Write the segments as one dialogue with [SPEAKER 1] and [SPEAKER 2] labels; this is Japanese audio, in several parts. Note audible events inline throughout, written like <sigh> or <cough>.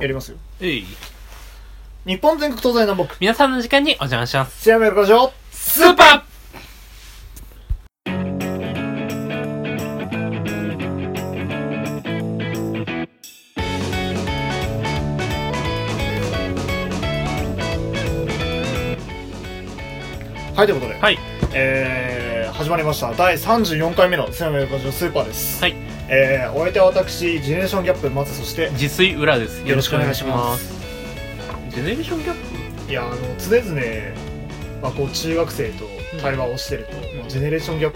[SPEAKER 1] やりますよ。
[SPEAKER 2] えい。
[SPEAKER 1] 日本全国東西南北、
[SPEAKER 2] 皆さんの時間にお邪魔します。
[SPEAKER 1] シアメルカジオ
[SPEAKER 2] スーパー
[SPEAKER 1] はい、ということで、
[SPEAKER 2] はい。
[SPEAKER 1] えー、始まりました。第34回目のシアメルカジオスーパーです。
[SPEAKER 2] はい。
[SPEAKER 1] えー、お相手は私、ジェネレーションギャップ、松、そして、
[SPEAKER 2] 自炊裏です。
[SPEAKER 1] よろしくお願いします。
[SPEAKER 2] ジェネレーションギャップ
[SPEAKER 1] いや、あの、常々、まあ、こう、中学生と対話をしてると、まあジェネレーションギャッ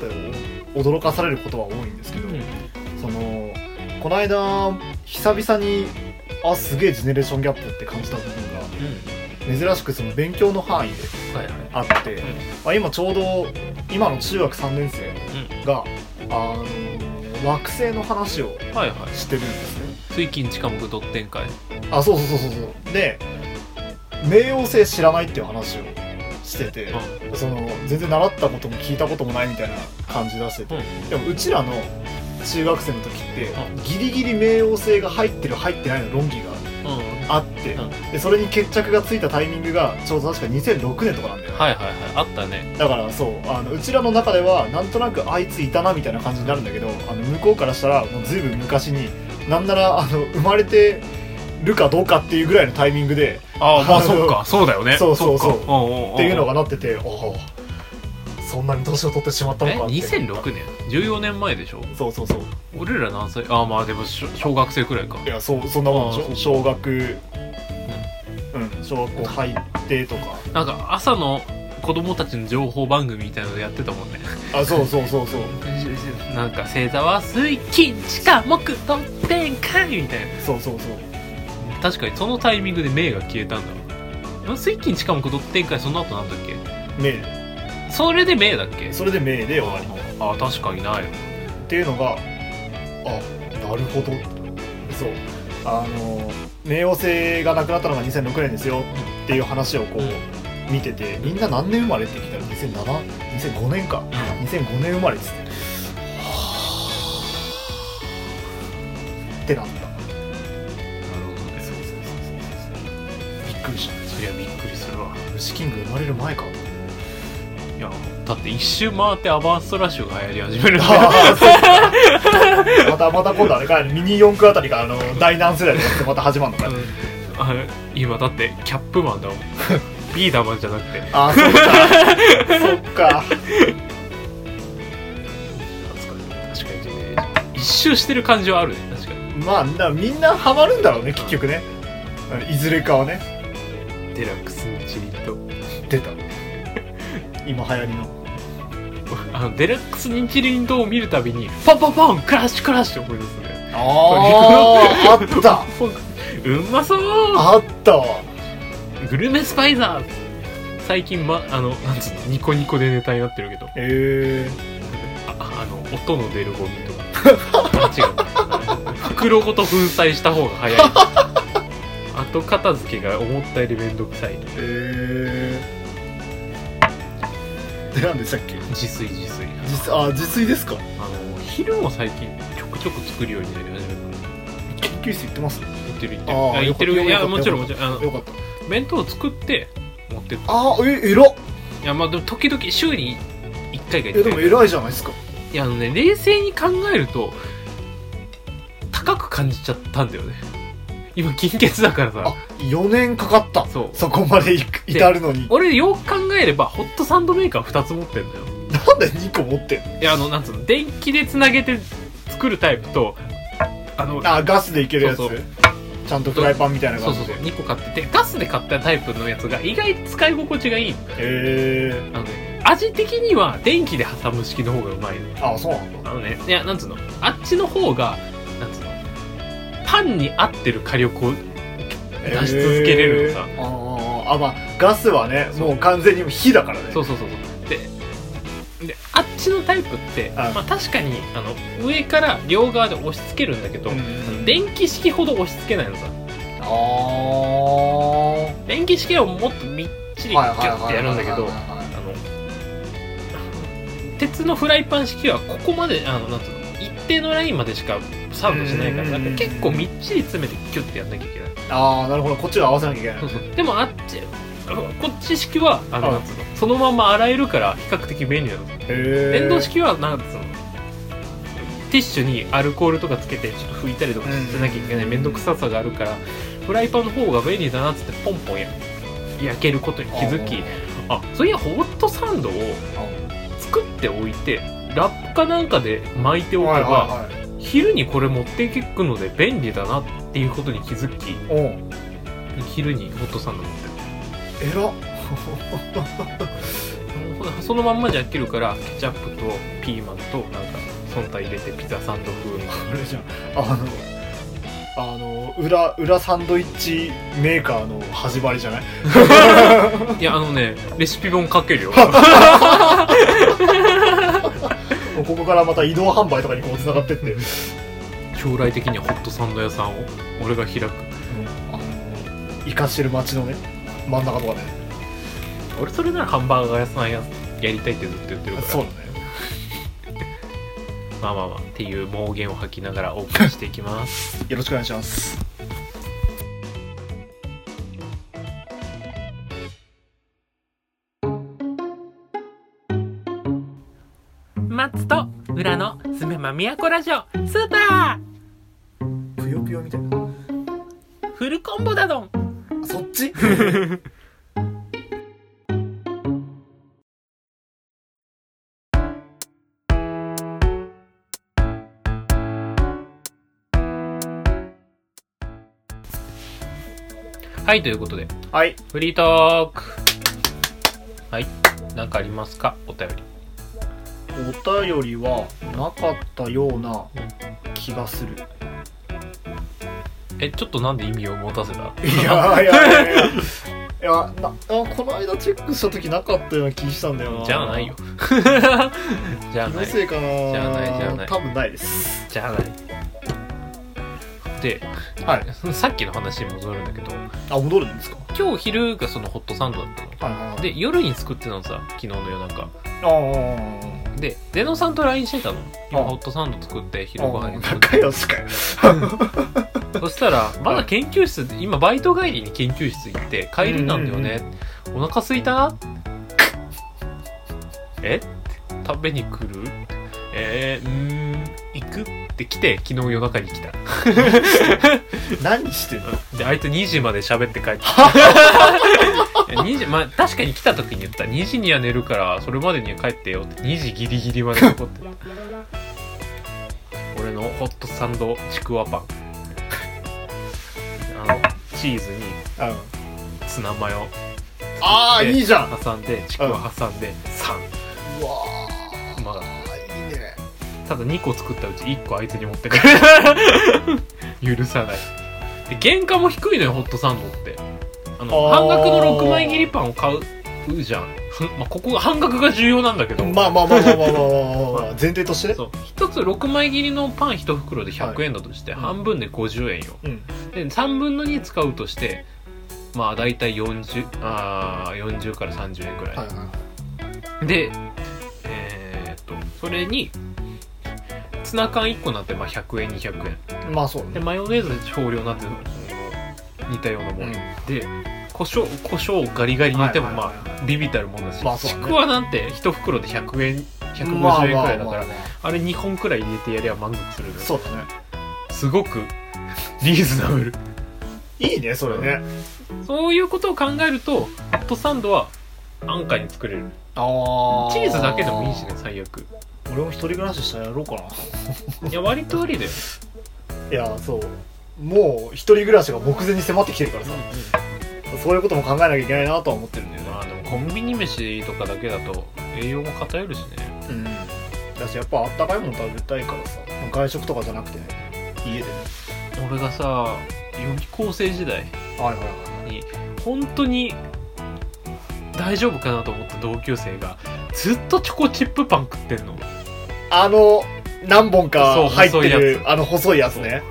[SPEAKER 1] プを驚かされることは多いんですけど、その、この間、久々に、あ、すげえジェネレーションギャップって感じた部分が、
[SPEAKER 2] う
[SPEAKER 1] 珍しくその勉強の範囲で
[SPEAKER 2] ん。はいはい。
[SPEAKER 1] あって、まあ、今ちょうど今の中学3年生が、あの惑星の話を
[SPEAKER 2] うん。はいはい。
[SPEAKER 1] してるんですね
[SPEAKER 2] 水金地下木ドッテン会。
[SPEAKER 1] あそうそうそうそうそうで冥王星知らないっていう話をしててその全然習ったことも聞いたこともないみたいな感じ出してて、でもうちらの中学生の時ってギ
[SPEAKER 2] う
[SPEAKER 1] リギリ冥王星が入ってる入ってないの論議が
[SPEAKER 2] うん。うん。
[SPEAKER 1] あって
[SPEAKER 2] うん
[SPEAKER 1] でそれに決着がついたタイミングがちょうど確か2006年とかなんだよね
[SPEAKER 2] はいはいはい。あったね。
[SPEAKER 1] だからそうあのうちらの中ではなんとなくあいついたなみたいな感じになるんだけどあの向こうからしたらもうずいぶん昔になんならあの生まれてるかどうかっていうぐらいのタイミングで
[SPEAKER 2] あ
[SPEAKER 1] あ
[SPEAKER 2] <laughs>
[SPEAKER 1] まあそっか。
[SPEAKER 2] そうだよね
[SPEAKER 1] そうそうそう
[SPEAKER 2] っかんんん
[SPEAKER 1] っていうのがなってておあそんなに年を取ってしまったの
[SPEAKER 2] え
[SPEAKER 1] かって
[SPEAKER 2] 2006年14年前でしょ
[SPEAKER 1] そうそうそう
[SPEAKER 2] 俺ら何歳ああまあでもしょ小学生くらいか
[SPEAKER 1] いやそうそんなもんでし
[SPEAKER 2] あ
[SPEAKER 1] ょ小
[SPEAKER 2] ー
[SPEAKER 1] 学うん小学校入ってとか
[SPEAKER 2] なんか朝の子供たちの情報番組みたいなのやってたもんね
[SPEAKER 1] あそうそうそうそう
[SPEAKER 2] なんか星座は水金地下木と天海みたい
[SPEAKER 1] そうそうそう
[SPEAKER 2] な確かにそのタイミングで明が消えたんだわ水金地下木と天海その後なんだっけ
[SPEAKER 1] 命
[SPEAKER 2] それで明だっけ
[SPEAKER 1] それで命で終わり
[SPEAKER 2] ああ確かにないよ
[SPEAKER 1] っていうのがあなるほどそうあの冥王星がなくなったのが2006年ですよっていう話をこ
[SPEAKER 2] うん
[SPEAKER 1] う見ててみんな何年生まれって聞いたら2007 2005年か2005年生まれっつってってなった
[SPEAKER 2] なるほどねそうそうそう
[SPEAKER 1] びっくりし
[SPEAKER 2] そうそりゃびっくりするわ
[SPEAKER 1] た虫キング生まれる前
[SPEAKER 2] <laughs>
[SPEAKER 1] か
[SPEAKER 2] いやだって一周回ってアバンストラッシュが流行り始めるんだよ
[SPEAKER 1] あーそうかまたまた今度あれかミニ四駆あたりがあの第何世代とかってまた始まるのか
[SPEAKER 2] あ <laughs> 今だってキャップマンだもん <laughs> ビーダーマンじゃなくて
[SPEAKER 1] あ
[SPEAKER 2] <laughs>
[SPEAKER 1] ーそっかそっか
[SPEAKER 2] 確かにジェネレーション一周してる感じはあるね確かに
[SPEAKER 1] まあなみんなハマるんだろうね結局ねいずれかはね
[SPEAKER 2] デラックスにチリと
[SPEAKER 1] 出
[SPEAKER 2] <laughs>
[SPEAKER 1] た今流行りの
[SPEAKER 2] あのデラックスニンチリンドを見るたびにパンパンパンクラッシュクラッシュ思い出すね
[SPEAKER 1] あああった
[SPEAKER 2] パン <laughs> うまそう
[SPEAKER 1] あったわ
[SPEAKER 2] グルメスパイザー最近、ま、あのなんつうのニコニコでネタになってるけど
[SPEAKER 1] え
[SPEAKER 2] ああの音の出るゴミとか <laughs> 違う袋ごと粉砕した方が早い後片付けが思ったより面倒くさい
[SPEAKER 1] ー、えー、でなんでしたっけ
[SPEAKER 2] 自炊自炊
[SPEAKER 1] 実あ自炊ですか
[SPEAKER 2] あの昼も最近ちょくちょく作るようになり始め
[SPEAKER 1] 研究室行ってますよ
[SPEAKER 2] た言ってる言って
[SPEAKER 1] あ
[SPEAKER 2] る
[SPEAKER 1] ー
[SPEAKER 2] あ言ってる
[SPEAKER 1] よかっ
[SPEAKER 2] い
[SPEAKER 1] た
[SPEAKER 2] や
[SPEAKER 1] よか
[SPEAKER 2] も
[SPEAKER 1] っ
[SPEAKER 2] ち
[SPEAKER 1] た
[SPEAKER 2] ろんもちろんあの
[SPEAKER 1] かった
[SPEAKER 2] 弁当を作って持ってった
[SPEAKER 1] ああえ偉っ
[SPEAKER 2] いやまあでも時々週に1回が
[SPEAKER 1] えでも
[SPEAKER 2] い
[SPEAKER 1] 偉いじゃないですか
[SPEAKER 2] やあのね冷静に考えると高く感じちゃったんだよね今金欠だからさ
[SPEAKER 1] あ4年かかった
[SPEAKER 2] そう
[SPEAKER 1] そこまでいく
[SPEAKER 2] で
[SPEAKER 1] 至るのに
[SPEAKER 2] 俺よく考えればホットサンドメーカー2つ持ってんだよ
[SPEAKER 1] なんで2個持ってんの
[SPEAKER 2] いやあのなんつうの電気でつなげて作るタイプとあの
[SPEAKER 1] あガスでいけるやつ
[SPEAKER 2] そうそう
[SPEAKER 1] ちゃんとフライパンみたいな
[SPEAKER 2] そう
[SPEAKER 1] 感
[SPEAKER 2] そう
[SPEAKER 1] じ
[SPEAKER 2] そ
[SPEAKER 1] で
[SPEAKER 2] う2個買っててガスで買ったタイプのやつが意外と使い心地がいい
[SPEAKER 1] えー
[SPEAKER 2] あの、ね、味的には電気で挟む式の方がうまいの
[SPEAKER 1] あそうなんだ
[SPEAKER 2] あのねいやなんつうのあっちの方がなんつうのパンに合ってる火力を出し続けれるのさ
[SPEAKER 1] えーあーあまあガスはねもう完全に火だからね
[SPEAKER 2] そうそうそうそうでであっちのタイプって、
[SPEAKER 1] あ
[SPEAKER 2] まあ、確かにあの上から両側で押し付けるんだけど、
[SPEAKER 1] うん
[SPEAKER 2] 電気式ほど押し付けないのさ
[SPEAKER 1] あー
[SPEAKER 2] 電気式はもっとみっちりギュッてやるんだけ
[SPEAKER 1] はいはいはいはいは
[SPEAKER 2] どあ
[SPEAKER 1] い
[SPEAKER 2] の鉄のフライパン式はここまであのなんつうの一定のラインまでしかサンドしないからな
[SPEAKER 1] うんん
[SPEAKER 2] か結構みっちり詰めてキュッてやんなきゃいけない
[SPEAKER 1] ああなるほどこっちを合わせなきゃいけない
[SPEAKER 2] そうそうでもあっちあのこっち式はあのなんつうのそのまま洗えるから比較的便利なの
[SPEAKER 1] へえ
[SPEAKER 2] 電動式はなんつうのティッシュにアルコールとかつけてちょっと拭いたりとかしてなきゃいけない
[SPEAKER 1] うん
[SPEAKER 2] 面倒くささがあるからフライパンの方が便利だなっつってポンポンや焼けることに気づきあそういやホットサンドを
[SPEAKER 1] あ
[SPEAKER 2] 作っておいてラップかなんかで巻いてお
[SPEAKER 1] ー
[SPEAKER 2] けば、
[SPEAKER 1] はいはいはい
[SPEAKER 2] 昼にこれ持っていくので便利だなっていうことに気づき
[SPEAKER 1] おう
[SPEAKER 2] 昼にホットサンド持ってる
[SPEAKER 1] えらっ
[SPEAKER 2] そのまんまじゃ飽きるからケチャップとピーマンとなんかその他入れてピザサンド
[SPEAKER 1] <laughs>
[SPEAKER 2] 風に
[SPEAKER 1] あれじゃんあのあの裏裏サンドイッチメーカーの始まりじゃない
[SPEAKER 2] いやあのねレシピ本書ける
[SPEAKER 1] <laughs>
[SPEAKER 2] よ
[SPEAKER 1] もうここからまた移動販売とかにこう繋がってって、
[SPEAKER 2] 将来的にはホットサンド屋さんを俺が開く
[SPEAKER 1] あの生かしてる街のね真ん中とかね
[SPEAKER 2] 俺それならハンバーガー屋さんややりたいってずっと言ってるから
[SPEAKER 1] そうだね
[SPEAKER 2] まあまあまあっていう妄言を吐きながらオープンしていきます
[SPEAKER 1] よろしくお願いします
[SPEAKER 2] マッツと裏のすめまみやこラジオスーパ
[SPEAKER 1] ぷよぷよみたいな
[SPEAKER 2] ーフルコンボだどん
[SPEAKER 1] そっ <laughs> ち
[SPEAKER 2] はいということで
[SPEAKER 1] はい
[SPEAKER 2] フリートークはい何かありますかお便り
[SPEAKER 1] お便りはなかったような気がする
[SPEAKER 2] えちょっとなんで意味を持たせた
[SPEAKER 1] いやいやい <laughs> やいやいやなあこの間チェックした時なかったような気したんだよな
[SPEAKER 2] じゃあないよ <laughs> じゃ
[SPEAKER 1] 気
[SPEAKER 2] あな
[SPEAKER 1] の
[SPEAKER 2] い
[SPEAKER 1] せいかな
[SPEAKER 2] じゃあないじゃあない
[SPEAKER 1] 多分ないです
[SPEAKER 2] じゃあないで
[SPEAKER 1] はい
[SPEAKER 2] さっきの話に戻るんだけど
[SPEAKER 1] あ戻るんですか
[SPEAKER 2] 今日昼がそのホットサンドだったの
[SPEAKER 1] はいはいはい
[SPEAKER 2] で夜に作ってたのさ昨日の夜中
[SPEAKER 1] ああ
[SPEAKER 2] でゼノさんと LINE してたの今
[SPEAKER 1] あ
[SPEAKER 2] ホットサンド作って昼ご飯に作って
[SPEAKER 1] 仲良しかよ <laughs>
[SPEAKER 2] <laughs> そしたらまだ研究室で今バイト帰りに研究室行って帰りなんだよねお腹空いたえ食べに来るえー、うーん行くって来て昨日夜中に来た
[SPEAKER 1] 何してんの
[SPEAKER 2] であいつ2時まで喋って帰ってきた <laughs> 2時まあ確かに来た時に言った2時には寝るからそれまでには帰ってよって2時ギリギリまで残って <laughs> た俺のホットサンドちくわパンあのチーズに
[SPEAKER 1] あ
[SPEAKER 2] ツナマヨ
[SPEAKER 1] あーいいじゃ
[SPEAKER 2] <laughs>
[SPEAKER 1] ん
[SPEAKER 2] 挟んでちくわ挟んで3
[SPEAKER 1] うわ
[SPEAKER 2] うまかっ
[SPEAKER 1] ーいいね
[SPEAKER 2] たただ2個作ったうち1個あいつに持って帰
[SPEAKER 1] <laughs>
[SPEAKER 2] る許さないで原価も低いのよホットサンドってあの
[SPEAKER 1] あー
[SPEAKER 2] 半額の6枚切りパンを買うじゃん、ふまあ、ここが半額が重要なんだけど、
[SPEAKER 1] まあまあまあまあまあまあまあまあ前提としてね
[SPEAKER 2] そう1つ6枚切りのパン1袋で100円だとして、
[SPEAKER 1] はい
[SPEAKER 2] 半分で50円よ
[SPEAKER 1] うん
[SPEAKER 2] で3分の2使うとしてまあ大体40あー40から30円くらい、
[SPEAKER 1] はいは
[SPEAKER 2] でえーっとそれにツナ缶1個なんてまあ100円200円
[SPEAKER 1] いまあそう
[SPEAKER 2] で
[SPEAKER 1] ね
[SPEAKER 2] マヨネーズ少量なんて似たようなもん、
[SPEAKER 1] うん
[SPEAKER 2] で胡椒胡椒をガリガリにっても
[SPEAKER 1] はい
[SPEAKER 2] ま
[SPEAKER 1] はいはい
[SPEAKER 2] あビビたるもんだし、
[SPEAKER 1] まあそう
[SPEAKER 2] ち
[SPEAKER 1] だね
[SPEAKER 2] くわなんて1袋で100円150円く
[SPEAKER 1] まあまあ
[SPEAKER 2] らいだから、
[SPEAKER 1] ま
[SPEAKER 2] あ
[SPEAKER 1] あま
[SPEAKER 2] れ2本くらい入れてやれば満足するぐ
[SPEAKER 1] あ
[SPEAKER 2] らい
[SPEAKER 1] そうだね
[SPEAKER 2] すごく <laughs> リーズナブル
[SPEAKER 1] いいねそれね
[SPEAKER 2] そういうことを考えるとホットサンドは安価に作れる
[SPEAKER 1] あ
[SPEAKER 2] チーズだけでもいいしね最悪
[SPEAKER 1] 俺も一人暮らししたらやろうかない
[SPEAKER 2] や割とありだよ
[SPEAKER 1] いやそうもう一人暮らしが目前に迫ってきてるからさそういうことも考えなきゃいけないなとは思ってるんだよね
[SPEAKER 2] まあでもコンビニ飯とかだけだと栄養も偏るしね
[SPEAKER 1] うんだしやっぱあったかいもの食べたいからさ外食とかじゃなくてね家でね
[SPEAKER 2] 俺がさ予備校生時代
[SPEAKER 1] はいはいは
[SPEAKER 2] に本当に大丈夫かなと思った同級生がずっとチョコチップパン食ってんの
[SPEAKER 1] いあの何本
[SPEAKER 2] そう
[SPEAKER 1] か入って
[SPEAKER 2] 細いや
[SPEAKER 1] るあの細いやつね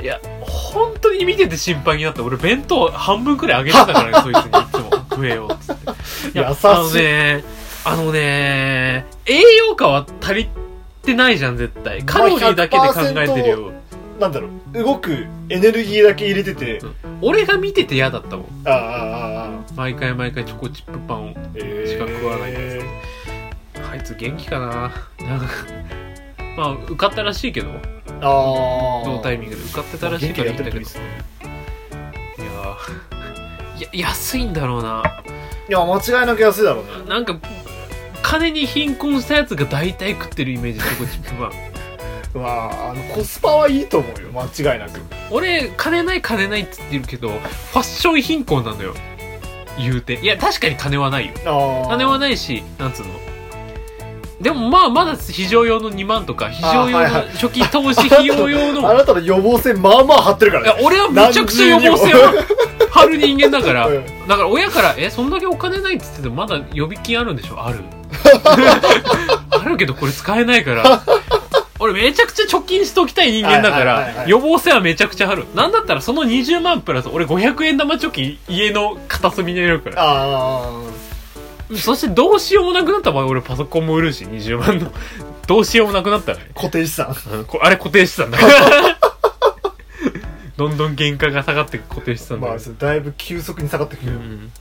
[SPEAKER 2] いや本当に見てて心配になった俺弁当半分くらいあげてた <laughs> からねそいつにいつも食えよっつっていや
[SPEAKER 1] 優しい
[SPEAKER 2] あのねあのね栄養価は足りてないじゃん絶対カロリーだけで考えてるよ
[SPEAKER 1] なんだろう動くエネルギーだけ入れてて
[SPEAKER 2] 俺が見てて嫌だったもん
[SPEAKER 1] あーあーあーあ
[SPEAKER 2] 毎回毎回チョコチップパンを
[SPEAKER 1] ー
[SPEAKER 2] しか食わないやつ
[SPEAKER 1] え
[SPEAKER 2] あいつ元気かななんかまあ受かったらしいけど
[SPEAKER 1] ーああ
[SPEAKER 2] どのタイミングで受かってたらしいからいいんだけどい
[SPEAKER 1] 元気で
[SPEAKER 2] やーいや安いんだろうない
[SPEAKER 1] や間違いなく安いだろうね
[SPEAKER 2] なんか金に貧困したやつが大体食ってるイメージチョコチップパン <laughs>
[SPEAKER 1] まああのコスパはいいと思うよ間違いなく
[SPEAKER 2] 俺金ない金ないっつってるけどファッション貧困なんだよ言うていや確かに金はないよ
[SPEAKER 1] ああ
[SPEAKER 2] 金はないしなんつうのでもまあまだ非常用の2万とか非常用の
[SPEAKER 1] あーはいは
[SPEAKER 2] 初期投資費用用の
[SPEAKER 1] <laughs> あなたの予防線まあまあ張ってるか
[SPEAKER 2] い
[SPEAKER 1] ら
[SPEAKER 2] や
[SPEAKER 1] ね
[SPEAKER 2] 俺はめちゃくちゃ予防線を張る人間だから
[SPEAKER 1] <laughs> うん
[SPEAKER 2] だから親から「えそんだけお金ない」っつっててもまだ予備金あるんでし
[SPEAKER 1] <laughs>
[SPEAKER 2] ょあるあるけどこれ使えないから俺めちゃくちゃ貯金しておきたい人間だか
[SPEAKER 1] はいはいはいは
[SPEAKER 2] ら
[SPEAKER 1] い
[SPEAKER 2] 予防性はめちゃくちゃ張るなんだったらその20万プラス俺500円玉貯金家の片隅に入れるから
[SPEAKER 1] あ
[SPEAKER 2] そしてどうしようもなくなった場合俺パソコンも売るし20万のどうしようもなくなったらね
[SPEAKER 1] あ固定資産
[SPEAKER 2] うんこあれ固定資産だから
[SPEAKER 1] <laughs>
[SPEAKER 2] どんどん原価が下がっていく固定資産
[SPEAKER 1] ま
[SPEAKER 2] だか
[SPEAKER 1] あ
[SPEAKER 2] ら
[SPEAKER 1] そうだいぶ急速に下がってく
[SPEAKER 2] う
[SPEAKER 1] る、
[SPEAKER 2] ん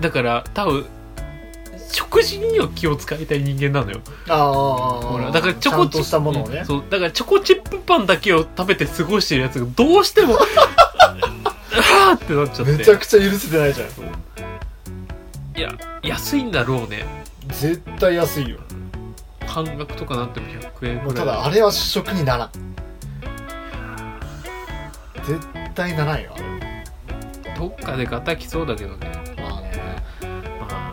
[SPEAKER 2] だから多分食事には気を使いたい人間なのよ
[SPEAKER 1] ああ
[SPEAKER 2] ほらだからチョコ
[SPEAKER 1] ちゃんとしたものをね、
[SPEAKER 2] うんそうだからチョコチップパンだけを食べて過
[SPEAKER 1] <laughs>
[SPEAKER 2] ごしてるやつがどうしてもあーってなっちゃって
[SPEAKER 1] めちゃくちゃ許せてないじゃん
[SPEAKER 2] いや安いんだろうね
[SPEAKER 1] 絶対安いよ
[SPEAKER 2] 半額とかなっても100円
[SPEAKER 1] も
[SPEAKER 2] ぐ
[SPEAKER 1] うた
[SPEAKER 2] らい
[SPEAKER 1] だあれは主食にならん絶対ならんよあれ
[SPEAKER 2] どっかでガタきそうだけどね
[SPEAKER 1] まあね
[SPEAKER 2] まあ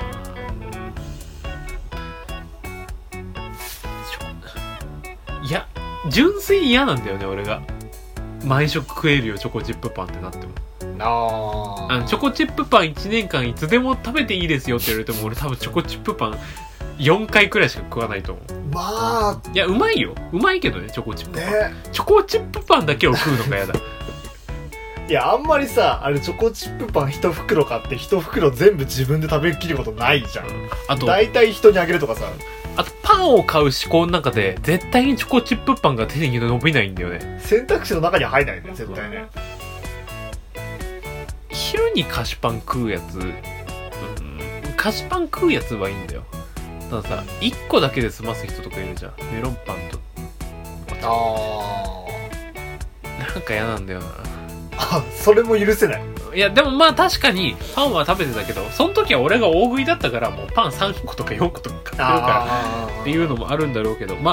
[SPEAKER 2] しょいや純粋に嫌なんだよね俺が毎食食えるよチョコチップパンってなっても
[SPEAKER 1] あ
[SPEAKER 2] あのチョコチップパン1年間いつでも食べていいですよって言われても俺多分チョコチップパン4回くらいしか食わないと思う
[SPEAKER 1] まあ
[SPEAKER 2] いやうまいようまいけどねチョコチップパン
[SPEAKER 1] ね
[SPEAKER 2] チョコチップパンだけを食うのが嫌だ
[SPEAKER 1] いやあんまりさあれチョコチップパン一袋買って一袋全部自分で食べきることないじゃん
[SPEAKER 2] あと
[SPEAKER 1] 大体人にあげるとかさ
[SPEAKER 2] あとパンを買う思考の中で絶対にチョコチップパンが手に伸びないんだよね
[SPEAKER 1] 選択肢の中には入らないね絶対ね
[SPEAKER 2] 昼に菓子パン食うやつ、うん、菓子パン食うやつはいいんだよたださ1個だけで済ます人とかいるじゃんメロンパンと
[SPEAKER 1] あ
[SPEAKER 2] なんか嫌なんだよな
[SPEAKER 1] あそれも許せない
[SPEAKER 2] いやでもまあ確かにパンは食べてたけどその時は俺が大食いだったからもうパン3個とか4個とか買ってるから
[SPEAKER 1] あ
[SPEAKER 2] っていうのもあるんだろうけどま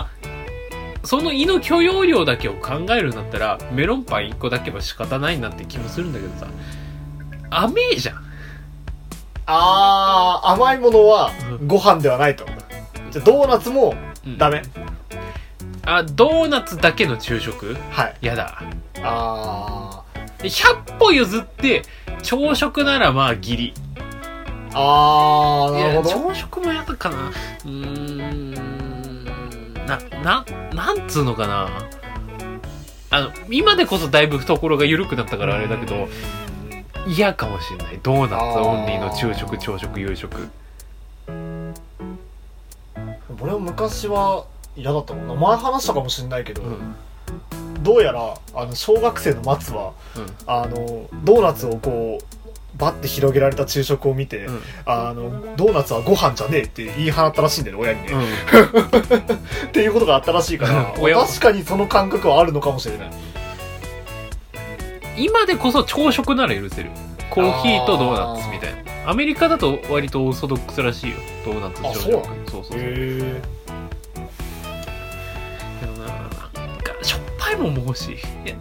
[SPEAKER 2] あその胃の許容量だけを考えるんだったらメロンパン1個だけは仕方ないなって気もするんだけどさ甘えじゃん
[SPEAKER 1] あー甘いものは
[SPEAKER 2] うん
[SPEAKER 1] ご飯ではないとじゃあドーナツも
[SPEAKER 2] うん
[SPEAKER 1] ダメ
[SPEAKER 2] あドーナツだけの昼食
[SPEAKER 1] はい
[SPEAKER 2] やだ
[SPEAKER 1] あ
[SPEAKER 2] で100歩譲って朝食ならまあギリ
[SPEAKER 1] ーあー
[SPEAKER 2] い
[SPEAKER 1] な
[SPEAKER 2] や
[SPEAKER 1] るほど
[SPEAKER 2] 朝食もやだかなうーんなななんつうのかなあの今でこそだいぶ懐が緩くなったからあれだけど嫌かもしれないドーナツオンリーの昼食
[SPEAKER 1] あー
[SPEAKER 2] 朝食夕食
[SPEAKER 1] 俺は昔は嫌だったもんな前話したかもしれないけど、
[SPEAKER 2] うん、
[SPEAKER 1] どうやらあの小学生の松はあのドーナツをこうバッて広げられた昼食を見て、
[SPEAKER 2] うんうん
[SPEAKER 1] あのドーナツはご飯じゃねえって言い放ったらしいんだよね親にね、っていうことがあったらしいから
[SPEAKER 2] 親は
[SPEAKER 1] 確かにその感覚はあるのかもしれない
[SPEAKER 2] 今でこそ朝食なら許せるコーヒーとドーナツみたいなアメリカだと割とオーソドックスらしいよドーナツ朝
[SPEAKER 1] あ
[SPEAKER 2] 食
[SPEAKER 1] そうなの
[SPEAKER 2] そうそうそう
[SPEAKER 1] へ
[SPEAKER 2] でもななんかしょっぱいもんも欲しいいや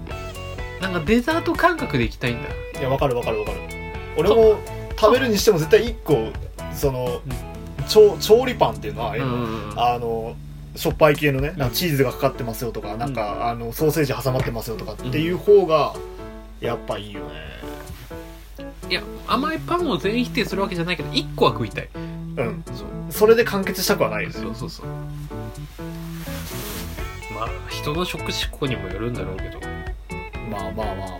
[SPEAKER 2] なんかデザート感覚でいきたいんだ
[SPEAKER 1] えいやわかるわかるわかる俺も食べるにしても絶対1個その、調調理パンっていうのはああいううんの
[SPEAKER 2] うんうん
[SPEAKER 1] あのしょっぱい系のね
[SPEAKER 2] ん
[SPEAKER 1] なんかチーズがかかってますよとかなんか、
[SPEAKER 2] う
[SPEAKER 1] あのソーセージ挟まってますよとかっていう方がやっぱいいよね
[SPEAKER 2] いや甘いパンを全否定するわけじゃないけど1個は食いたい
[SPEAKER 1] うん
[SPEAKER 2] そう
[SPEAKER 1] それで完結したくはないです
[SPEAKER 2] そ
[SPEAKER 1] よ
[SPEAKER 2] うそうそうまあ人の食嗜好にもよるんだろうけど
[SPEAKER 1] まあまあまあま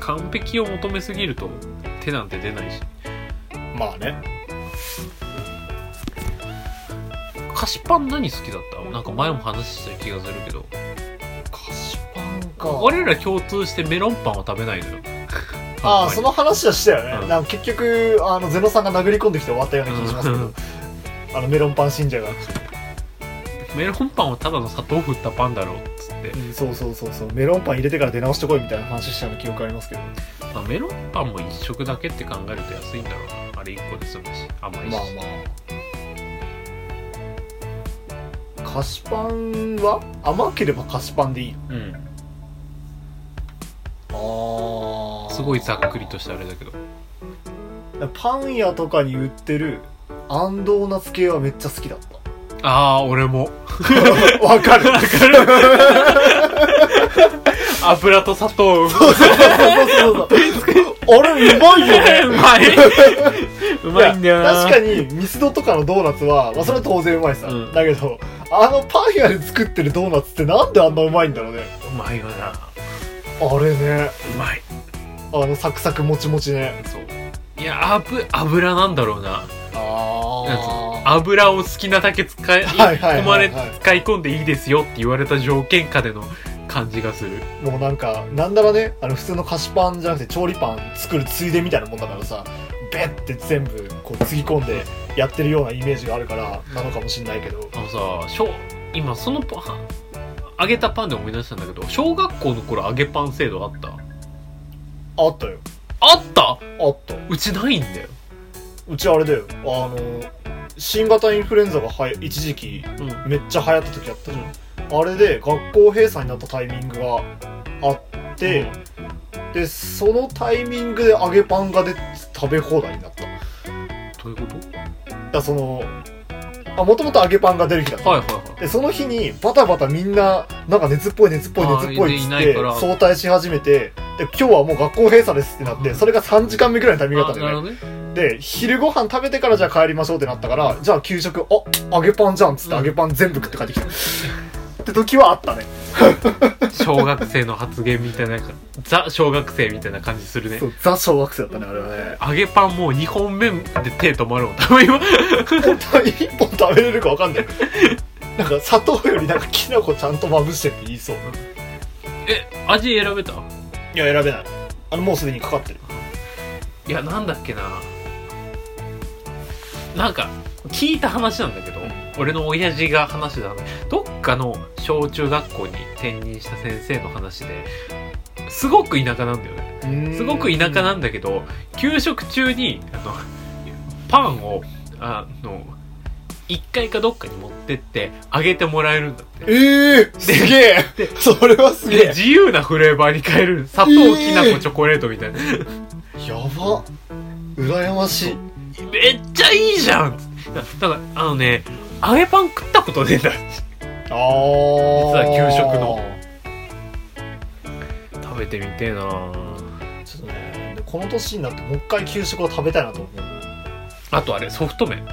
[SPEAKER 2] 完璧を求めすぎると手なんて出ないし
[SPEAKER 1] あまあね
[SPEAKER 2] 菓子パン何好きだったなんか前も話した気がするけど
[SPEAKER 1] 菓子パンか
[SPEAKER 2] 俺ら共通してメロンパンは食べないのよ
[SPEAKER 1] ああその話はしたよね、
[SPEAKER 2] うん
[SPEAKER 1] なんか結局あのゼノさんが殴り込んできて終わったような気がしますけ
[SPEAKER 2] う
[SPEAKER 1] <laughs> どあのメロンパン信者が、
[SPEAKER 2] メロンパンはただの砂糖振ったパンだろうっつって
[SPEAKER 1] う、んそうそうそうそうメロンパン入れてから出直してこいみたいな話したの記憶ありますけど
[SPEAKER 2] まあ、メロンパンも一食だけって考えると安いんだろうなあれ一個で済むし甘いし、
[SPEAKER 1] まあまあ菓子パンは甘ければ菓子パンでいい
[SPEAKER 2] うん
[SPEAKER 1] あ
[SPEAKER 2] すごいざっくりとしたあれだけど
[SPEAKER 1] パン屋とかに売ってるあんドーナツ系はめっちゃ好きだった
[SPEAKER 2] ああ俺も
[SPEAKER 1] <laughs> わかるわかる
[SPEAKER 2] <laughs> 油と砂糖う
[SPEAKER 1] そうそうそうあれうまいよね
[SPEAKER 2] ま <laughs> いうまいんだよな
[SPEAKER 1] や確かにミスドとかのドーナツは、まあ、それは当然うまいさ、
[SPEAKER 2] うん
[SPEAKER 1] だけどあのパン屋で作ってるドーナツってなんであんなうまいんだろうね
[SPEAKER 2] うまいよなう
[SPEAKER 1] あれね
[SPEAKER 2] まい
[SPEAKER 1] あのサクサクもちもちね
[SPEAKER 2] そういや油油なんだろうな
[SPEAKER 1] ああ
[SPEAKER 2] 油を好きなだけ使い
[SPEAKER 1] はいはいはいはい
[SPEAKER 2] 込まれ使い込んでいいですよって言われた条件下での感じがする
[SPEAKER 1] もうなんかなんだらねあの普通の菓子パンじゃなくて調理パン作るついでみたいなもんだからさベッて全部こうつぎ込んでやってるようなイメージがあるからなのかもしんないけど
[SPEAKER 2] あのさしょ今そのパン揚げたパンで思い出したんだけど小学校の頃揚げパン制度あった
[SPEAKER 1] あったよ
[SPEAKER 2] あった
[SPEAKER 1] あった
[SPEAKER 2] うちないんだよ
[SPEAKER 1] うちあれだよあの新型インフルエンザがはや一時期
[SPEAKER 2] うんうん
[SPEAKER 1] めっちゃ流行った時あったじゃんあれで学校閉鎖になったタイミングがあって、でそのタイミングで揚げパンが出て食べ放題になっただか
[SPEAKER 2] どういうこ
[SPEAKER 1] らそのもともと揚げパンが出る日だった、
[SPEAKER 2] とはいはいはい
[SPEAKER 1] でその日にバタバタみんななんか熱っぽい熱っぽい
[SPEAKER 2] あー
[SPEAKER 1] 熱っぽいっつっ
[SPEAKER 2] いない
[SPEAKER 1] て
[SPEAKER 2] から
[SPEAKER 1] 早退し始めてで今日はもう学校閉鎖ですってなって、
[SPEAKER 2] うん
[SPEAKER 1] それが3時間目ぐらいのタイミングだ
[SPEAKER 2] あ
[SPEAKER 1] ったん
[SPEAKER 2] な
[SPEAKER 1] だ
[SPEAKER 2] る
[SPEAKER 1] よ
[SPEAKER 2] ほ
[SPEAKER 1] ね
[SPEAKER 2] どね
[SPEAKER 1] で昼ご飯食べてからじゃあ帰りましょうってなったからじゃあ給食あ揚げパンじゃんっつって
[SPEAKER 2] うん
[SPEAKER 1] 揚げパン全部食って帰ってきた、って時はあったね
[SPEAKER 2] 小学生の発言みたいな <laughs> ザ小学生みたいな感じするね
[SPEAKER 1] そうザ小学生だったねあれはね
[SPEAKER 2] 揚げパンもう2本目で手止まるもん多 <laughs> 分今
[SPEAKER 1] 本当に一本食べれるか分かんないなんか砂糖よりなんかきな粉ちゃんとまぶしてって言いそう
[SPEAKER 2] え味選べた
[SPEAKER 1] いや選べないあのもうすでにかかってる
[SPEAKER 2] いやなんだっけななんか聞いた話なんだけど俺の親父が話した話どっかの小中学校に転任した先生の話ですごく田舎なんだよねすごく田舎なんだけど給食中にあのパンをあの1階かどっかに持ってってあげてもらえるんだって
[SPEAKER 1] ええー、すげえそれはすげ
[SPEAKER 2] で
[SPEAKER 1] え
[SPEAKER 2] 自由なフレーバーに変える砂糖きな粉チョコレートみたいな、
[SPEAKER 1] やば羨ましい
[SPEAKER 2] めっちゃいいじゃんつってだからあのね揚げパン食ったことねえんだ
[SPEAKER 1] ああ
[SPEAKER 2] は給食の食べてみてえな
[SPEAKER 1] ちょっとねこの年になってもう一回給食を食べたいなと思う
[SPEAKER 2] あとあれソフト麺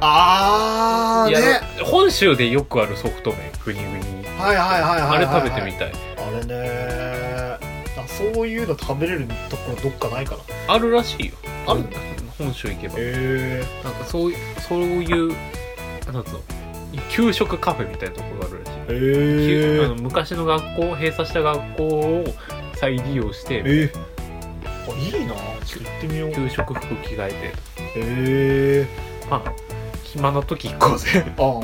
[SPEAKER 1] ああ
[SPEAKER 2] い
[SPEAKER 1] ね
[SPEAKER 2] や本州でよくあるソフト麺グニグニ
[SPEAKER 1] はいはいはいはい
[SPEAKER 2] あ
[SPEAKER 1] はい
[SPEAKER 2] れ
[SPEAKER 1] はい
[SPEAKER 2] 食べてみたい
[SPEAKER 1] あれねあそういうの食べれるところどっかないかな
[SPEAKER 2] あるらしいよ
[SPEAKER 1] ある
[SPEAKER 2] 本州行けば
[SPEAKER 1] へ
[SPEAKER 2] なんかそういうそういうなんつうの給食カフェみたいなとこがあるらしい
[SPEAKER 1] え
[SPEAKER 2] 給あ
[SPEAKER 1] へ
[SPEAKER 2] の昔の学校閉鎖した学校を再利用して
[SPEAKER 1] えあいいなちょっと行ってみようへ
[SPEAKER 2] 給食服着替えて
[SPEAKER 1] え
[SPEAKER 2] まあ暇な時行こう
[SPEAKER 1] <laughs>
[SPEAKER 2] ぜ
[SPEAKER 1] あ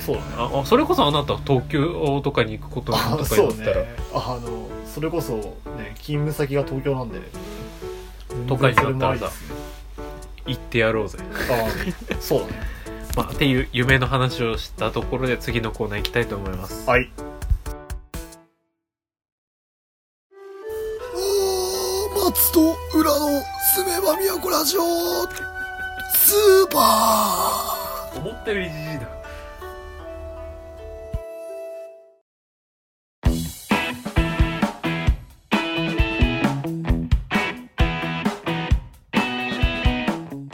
[SPEAKER 1] そうだね
[SPEAKER 2] ああそれこそあなた東京とかに行くことにな
[SPEAKER 1] あ
[SPEAKER 2] るとか
[SPEAKER 1] そ
[SPEAKER 2] 言
[SPEAKER 1] う
[SPEAKER 2] っ
[SPEAKER 1] ね
[SPEAKER 2] たら、
[SPEAKER 1] あのそれこそね勤務先が東京なんで
[SPEAKER 2] 都会に
[SPEAKER 1] 全然それもあり
[SPEAKER 2] なっ
[SPEAKER 1] で
[SPEAKER 2] た
[SPEAKER 1] す
[SPEAKER 2] 行ってやろうぜ、
[SPEAKER 1] ねあそうだね
[SPEAKER 2] まあ、っていう夢の話をしたところで次のコーナー行きたいと思います
[SPEAKER 1] はい松と裏のすめばみやこラジオスーパ
[SPEAKER 2] 思ったよりじじいだ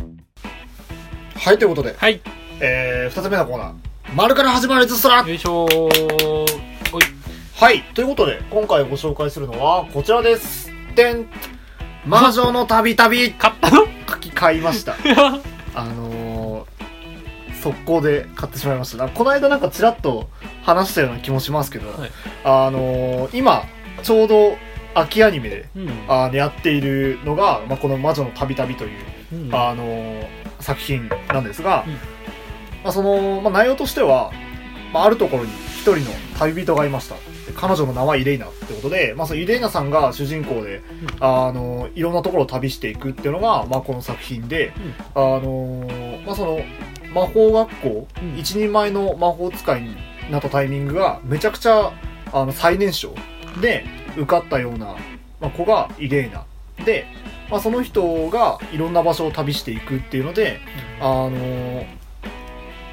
[SPEAKER 1] ーはいということで、
[SPEAKER 2] はい
[SPEAKER 1] えー、2つ目のコーナー「丸から始まるエトストラ」
[SPEAKER 2] よいしょーおい
[SPEAKER 1] はいということで今回ご紹介するのはこちらですでん魔女のたびたび
[SPEAKER 2] 買ったの
[SPEAKER 1] 書き買いましたあのー速攻で買ってしまいましただからこの間なんかちらっと話したような気もしますけど、
[SPEAKER 2] はい
[SPEAKER 1] あのー今ちょうど秋アニメで
[SPEAKER 2] うん
[SPEAKER 1] あーやっているのが、まあ、この「魔女のたびたび」という、
[SPEAKER 2] うん
[SPEAKER 1] あのー作品なんですが、
[SPEAKER 2] うん
[SPEAKER 1] まあそのまあ、内容としては、まあ、あるところに一人の旅人がいましたで彼女の名はイレイナってことで、まあ、そのイレイナさんが主人公で、あのーいろんなところを旅していくっていうのが、まあ、この作品で、あのーまあ、その魔法学校、
[SPEAKER 2] うん
[SPEAKER 1] 一人前の魔法使いになったタイミングがめちゃくちゃあの最年少で受かったような、まあ、子がイレーナで、まあ、その人がいろんな場所を旅していくっていうので、あのー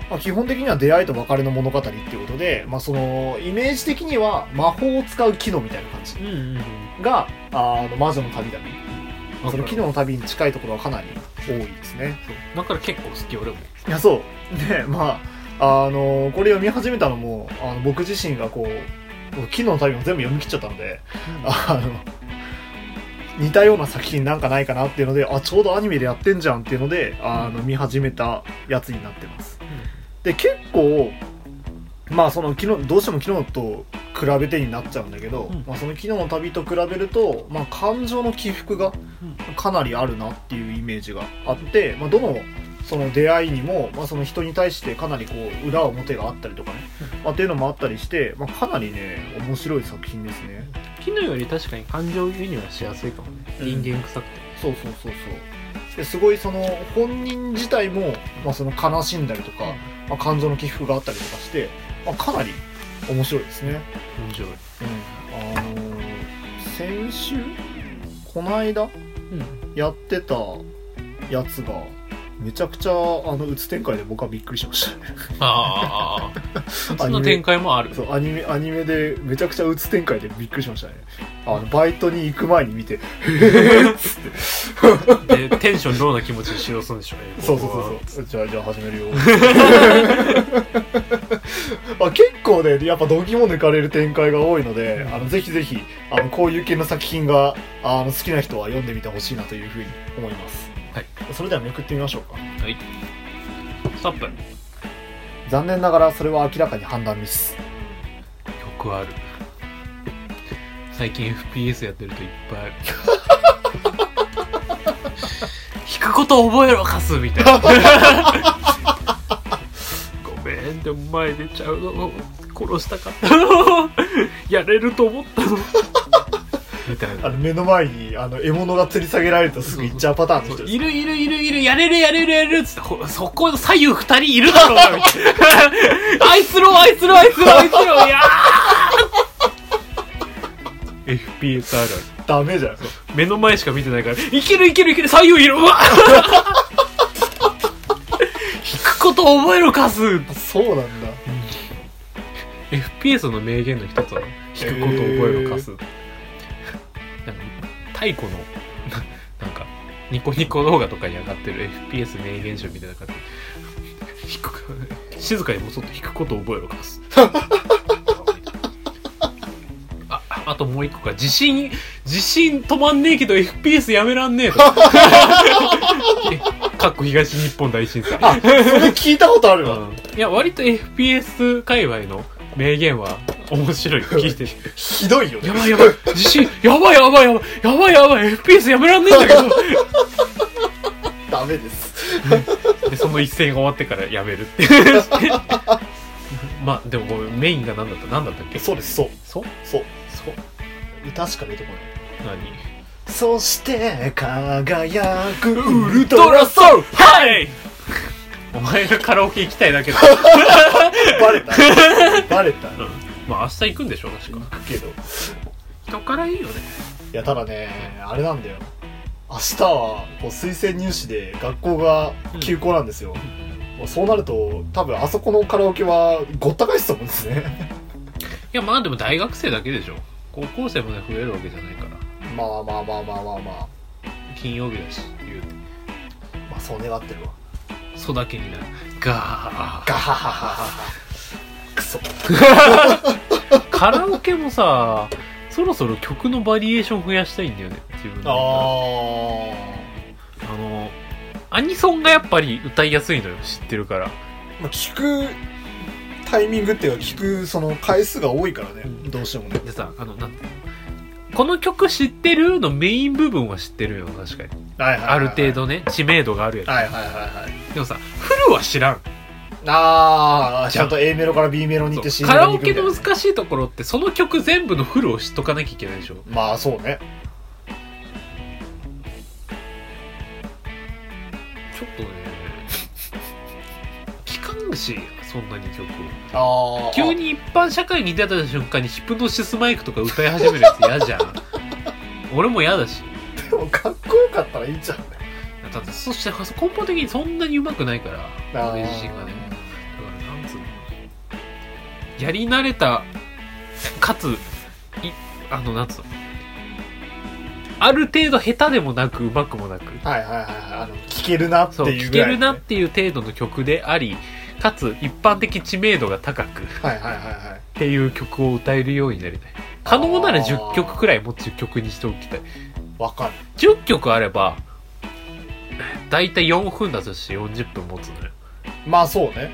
[SPEAKER 1] まあ、基本的には出会いと別れの物語っていうことで、まあ、そのイメージ的には魔法を使う機能みたいな感じ
[SPEAKER 2] うんうんうん
[SPEAKER 1] があの魔女の旅だねその機
[SPEAKER 2] だか
[SPEAKER 1] 能の旅に近いところはかなり多いですね
[SPEAKER 2] らそうだから結構好き俺も
[SPEAKER 1] いやそうでまああのこれ読み始めたのもあの僕自身がこう機能の旅も全部読み切っちゃったのであの似たような作品なんかないかなっていうのであちょうどアニメでやってんじゃんっていうのであの見始めたやつになってますで結構まあその昨日どうしても昨日と比べてになっちゃうんだけど、
[SPEAKER 2] うん
[SPEAKER 1] まあ、その昨日の旅と比べると、まあ、感情の起伏がかなりあるなっていうイメージがあって、まあ、どのその出会いにも、まあ、その人に対してかなりこう裏表があったりとかね、まあ、っていうのもあったりして、まあ、かなりね面白い作品ですね
[SPEAKER 2] 機能より確かに感情輸入はしやすいかもね
[SPEAKER 1] うん
[SPEAKER 2] 人間臭くて
[SPEAKER 1] そうそうそうそうですごいその本人自体も、まあ、その悲しんだりとか、まあ、感情の起伏があったりとかして、まあ、かなり面白いですね
[SPEAKER 2] 面白い
[SPEAKER 1] うんあのー先週この間
[SPEAKER 2] うん
[SPEAKER 1] やってたやつがめちゃくちゃあのうつ展開で僕はびっくりしましたね
[SPEAKER 2] あ
[SPEAKER 1] <laughs>
[SPEAKER 2] あ
[SPEAKER 1] ア
[SPEAKER 2] そ
[SPEAKER 1] ニ
[SPEAKER 2] の
[SPEAKER 1] メ
[SPEAKER 2] 展開もある
[SPEAKER 1] そうアニメアニメでめちゃくちゃうつ展開でびっくりしましたねあのバイトに行く前に見て「へーっつって
[SPEAKER 2] でテンションローな気持ちで使用するんでしょうね
[SPEAKER 1] そうそうそうそうじゃあじゃあ始めるよ <laughs> あ結構ねやっぱ度肝抜かれる展開が多いのであのぜひぜひあのこういう系の作品があの好きな人は読んでみてほしいなというふうに思います、
[SPEAKER 2] はい、
[SPEAKER 1] それではめくってみましょうか
[SPEAKER 2] はいスタップよ
[SPEAKER 1] 残念ながらそれは明らかに判断ミス
[SPEAKER 2] くある最近 FPS やってるといっぱいある弾くことを覚えろカスみたいなごめんでも前出ちゃうの殺したかったのやれると思ったのみたいな
[SPEAKER 1] あの目の前にあの獲物が吊り下げられるとすぐ行っちゃうパターンの人です
[SPEAKER 2] いるいるいるいる、やれるやれるやれるっつって、ほ <laughs> そこ左右二人いるだろうが、みたい <laughs> な。あいつろ、あいつろ、あいつろ、あいつろ、いやー FPS ある
[SPEAKER 1] ダメじゃん
[SPEAKER 2] 目の前しか見てないから、いけるいけるいける、左右いる、うわ <laughs> 引くこと覚えろ、カス
[SPEAKER 1] そうなんだ
[SPEAKER 2] FPS の名言の一つは弾くことを覚えろかす、なんか太古の <laughs> ななんかニコニコ動画とかに上がってる FPS 名言集みたいな感じ弾く静かにもそっと弾くことを覚えろかす <laughs> ああともう一個か地震地震止まんねえけど FPS やめらんねえ <laughs> とかっこ東日本大震災
[SPEAKER 1] あそれ聞いたことあるわ
[SPEAKER 2] うんいや割と FPS 界隈の名言は面白
[SPEAKER 1] <laughs>
[SPEAKER 2] い聞いてる
[SPEAKER 1] ひどいよね
[SPEAKER 2] やばいやばい地震やばいやばいやばいやばいやばい FPS やめらんねえんだけ
[SPEAKER 1] ダメです <laughs>
[SPEAKER 2] どでその一戦が終わってからやめるっていう <laughs> まあでもごめんメインが何だった何だったっけ
[SPEAKER 1] そうですそう
[SPEAKER 2] そう
[SPEAKER 1] そう
[SPEAKER 2] そう
[SPEAKER 1] 歌しか出てこない
[SPEAKER 2] 何
[SPEAKER 1] そして輝くウル
[SPEAKER 2] ド
[SPEAKER 1] ト
[SPEAKER 2] ラ
[SPEAKER 1] ラ
[SPEAKER 2] ソウルはいお前がカラオケ行きたいだけだ、
[SPEAKER 1] バレた <laughs> バレた
[SPEAKER 2] うん、まあ明日行くんでしょ確か
[SPEAKER 1] けどい
[SPEAKER 2] 人からいいよね
[SPEAKER 1] やただねあれなんだよ明日はこう推薦入試で学校が休校なんですよ、もうそうなると多分あそこのカラオケはごった返すと思うんですね
[SPEAKER 2] いやまあでも大学生だけでしょ高校生もね増えるわけじゃないから
[SPEAKER 1] まあまあまあまあまあまあ
[SPEAKER 2] 金曜日だし言うて
[SPEAKER 1] まあそう願ってるわ
[SPEAKER 2] そだけになるガー
[SPEAKER 1] ガハハハハハクソ <laughs>
[SPEAKER 2] カラオケもさそろそろ曲のバリエーション増やしたいんだよね自分であ
[SPEAKER 1] あ
[SPEAKER 2] のアニソンがやっぱり歌いやすいのよ知ってるから
[SPEAKER 1] まあ、聞くタイミングっていうか聞くその回数が多いからね、
[SPEAKER 2] うん
[SPEAKER 1] どうしてもね
[SPEAKER 2] でさあのなんこの曲知ってるのメイン部分は知ってるよ確かに
[SPEAKER 1] はいはいはいはい
[SPEAKER 2] ある程度ね知名度があるや
[SPEAKER 1] はいはいはいはい
[SPEAKER 2] つでもさフルは知らん
[SPEAKER 1] ああちゃんと A メロから B メロに行って
[SPEAKER 2] そ
[SPEAKER 1] C
[SPEAKER 2] う
[SPEAKER 1] メ
[SPEAKER 2] カラ
[SPEAKER 1] ロに
[SPEAKER 2] オ
[SPEAKER 1] 行くみ
[SPEAKER 2] ケ
[SPEAKER 1] たい
[SPEAKER 2] の
[SPEAKER 1] な
[SPEAKER 2] 難しいところってその曲全部のフルを知っとかなきゃいけないでしょ
[SPEAKER 1] まあそうね
[SPEAKER 2] ちょっ
[SPEAKER 1] <laughs>
[SPEAKER 2] とね聞かんしそんなに曲を
[SPEAKER 1] ああ
[SPEAKER 2] 急に一般社会に出た瞬間にヒプノシスマイクとか歌い始めるやつ嫌じゃ
[SPEAKER 1] <laughs>
[SPEAKER 2] ん俺も嫌だし
[SPEAKER 1] でもかっこよかったらいいんじゃんね
[SPEAKER 2] だってそして根本的にそんなにうまくないから
[SPEAKER 1] あ
[SPEAKER 2] 俺
[SPEAKER 1] ー
[SPEAKER 2] 自身がねだからなんつうのやり慣れたかついあのなんつうのある程度下手でもなくうまくもなく
[SPEAKER 1] はいはいはいはいあの聞けるなって
[SPEAKER 2] そう
[SPEAKER 1] いう
[SPEAKER 2] 聴
[SPEAKER 1] ぐ
[SPEAKER 2] け
[SPEAKER 1] らい
[SPEAKER 2] る
[SPEAKER 1] の
[SPEAKER 2] な
[SPEAKER 1] ね
[SPEAKER 2] っていう程度の曲でありかつ一般的知名度が高くっ
[SPEAKER 1] はいはいはいはい
[SPEAKER 2] ていう曲を歌えるようになりたい可能なら10曲くらいもう10曲にしておきたい
[SPEAKER 1] わかる
[SPEAKER 2] 10曲あればだいたい4分だとして40分持つのよ
[SPEAKER 1] まあそうね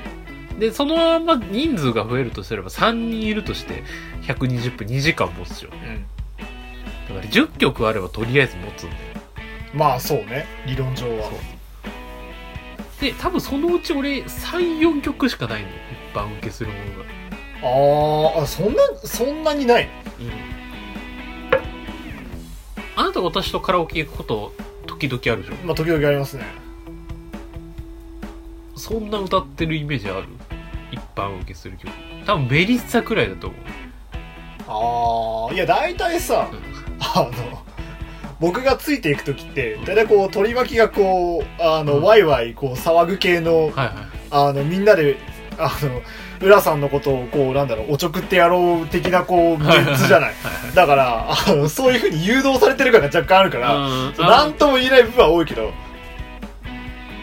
[SPEAKER 2] でそのまま人数が増えるとすれば3人いるとして120分2時間持つよ
[SPEAKER 1] うん
[SPEAKER 2] だから10曲あればとりあえず持つんだよ
[SPEAKER 1] まあそうね理論上は
[SPEAKER 2] で多分そのうち俺34曲しかないのよ一般受けするものが
[SPEAKER 1] あーあそんなそんなにない
[SPEAKER 2] あなたが私とカラオケ行くこと時々あるでし
[SPEAKER 1] まあ時々ありますね
[SPEAKER 2] ょそんな歌ってるイメージある一般受けする曲多分メリッサくらいだと思
[SPEAKER 1] あ
[SPEAKER 2] う、
[SPEAKER 1] あいや大体さあの僕がついていく時って大体こう取り巻きがこうあの、
[SPEAKER 2] うん
[SPEAKER 1] ワイワイこう騒ぐ系の
[SPEAKER 2] はいはい
[SPEAKER 1] あのみんなであの浦さんのことをこうなんだろうおちょくってやろう的なこうメ
[SPEAKER 2] はいはい
[SPEAKER 1] ンツじゃない
[SPEAKER 2] はい
[SPEAKER 1] だからあのそういうふうに誘導されてる感が若干あるから、
[SPEAKER 2] はいうん
[SPEAKER 1] なんとも言えない部分は多いけど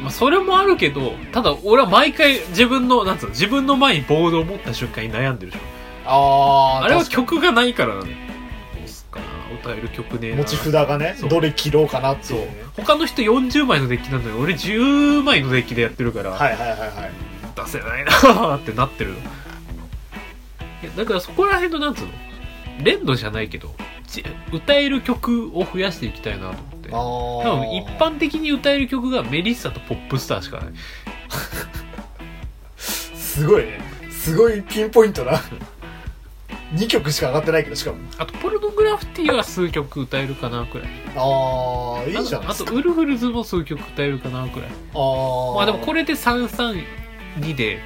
[SPEAKER 2] まあ、それもあるけど、ただ俺は毎回自分の、なんつうの、自分の前にボードを持った瞬間に悩んでるでしょ。
[SPEAKER 1] あ
[SPEAKER 2] あれは曲がないからなのよ。どうすっかな、歌える曲ねえな。
[SPEAKER 1] 持ち札がね
[SPEAKER 2] そう
[SPEAKER 1] どれ切ろうかなって
[SPEAKER 2] そ
[SPEAKER 1] いううね。
[SPEAKER 2] 他の人40枚のデッキなのに、俺10枚のデッキでやってるから、
[SPEAKER 1] はいはいはいはい
[SPEAKER 2] 出せないなー <laughs> ってなってる。いやだからそこら辺の、なんつうの、連動じゃないけど、ち歌える曲を増やしていきたいなと思って。
[SPEAKER 1] あ多
[SPEAKER 2] 多分一般的に歌える曲がメリッサとポップスターしかない。
[SPEAKER 1] すごいねすごいピンポイントな2曲しか上がってないけどしかも
[SPEAKER 2] あと、ポルノグラフィティは数曲歌えるかな、くらい。
[SPEAKER 1] ああいいじゃない
[SPEAKER 2] あ
[SPEAKER 1] です
[SPEAKER 2] とあ
[SPEAKER 1] か
[SPEAKER 2] とウルフルズも数曲歌えるかなくらい
[SPEAKER 1] あー
[SPEAKER 2] まあでもこれで332で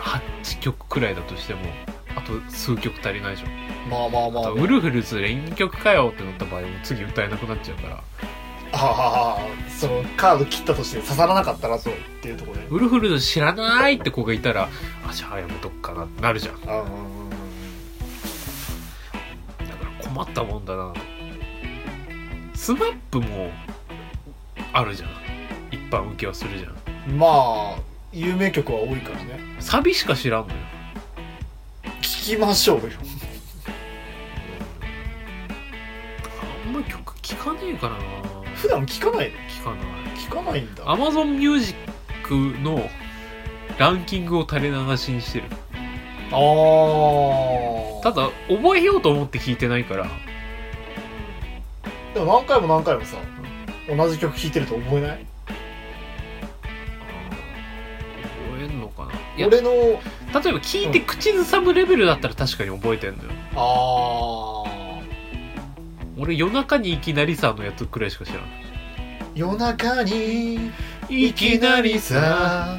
[SPEAKER 2] 8曲くらいだとしてもあと数曲足りないでしょ、
[SPEAKER 1] まあまあま
[SPEAKER 2] あ
[SPEAKER 1] あ、
[SPEAKER 2] とウルフルズ連曲かよってなった場合も次歌えなくなっちゃうから
[SPEAKER 1] ああそのカード切ったとして刺さらなかったらそうっていうところで
[SPEAKER 2] ウルフルズ知らないって子がいたらあじゃあやめとくかなってなるじゃんだ
[SPEAKER 1] あ
[SPEAKER 2] から困ったもんだなスマップもあるじゃん一般受けはするじゃん
[SPEAKER 1] まあ有名曲は多いからね
[SPEAKER 2] サビしか知らんのよ
[SPEAKER 1] 聞きましょうよ
[SPEAKER 2] あんま曲聴かねえからな
[SPEAKER 1] 普段聞かないね
[SPEAKER 2] 聞かない
[SPEAKER 1] 聞かないんだあ
[SPEAKER 2] Amazon Music のランキングを垂れ流しにしてる
[SPEAKER 1] あー
[SPEAKER 2] ただ覚えようと思って聞いてないから
[SPEAKER 1] でも何回も何回もさ同じ曲聴いてると覚えない
[SPEAKER 2] 覚えんのかないや例
[SPEAKER 1] 俺の
[SPEAKER 2] えば聞いて口ずさむレベルだったら確かに覚えてんのよ
[SPEAKER 1] ああ
[SPEAKER 2] 俺夜中にいきなりさのやつくらいしか知らない
[SPEAKER 1] 夜中に
[SPEAKER 2] いきなりさ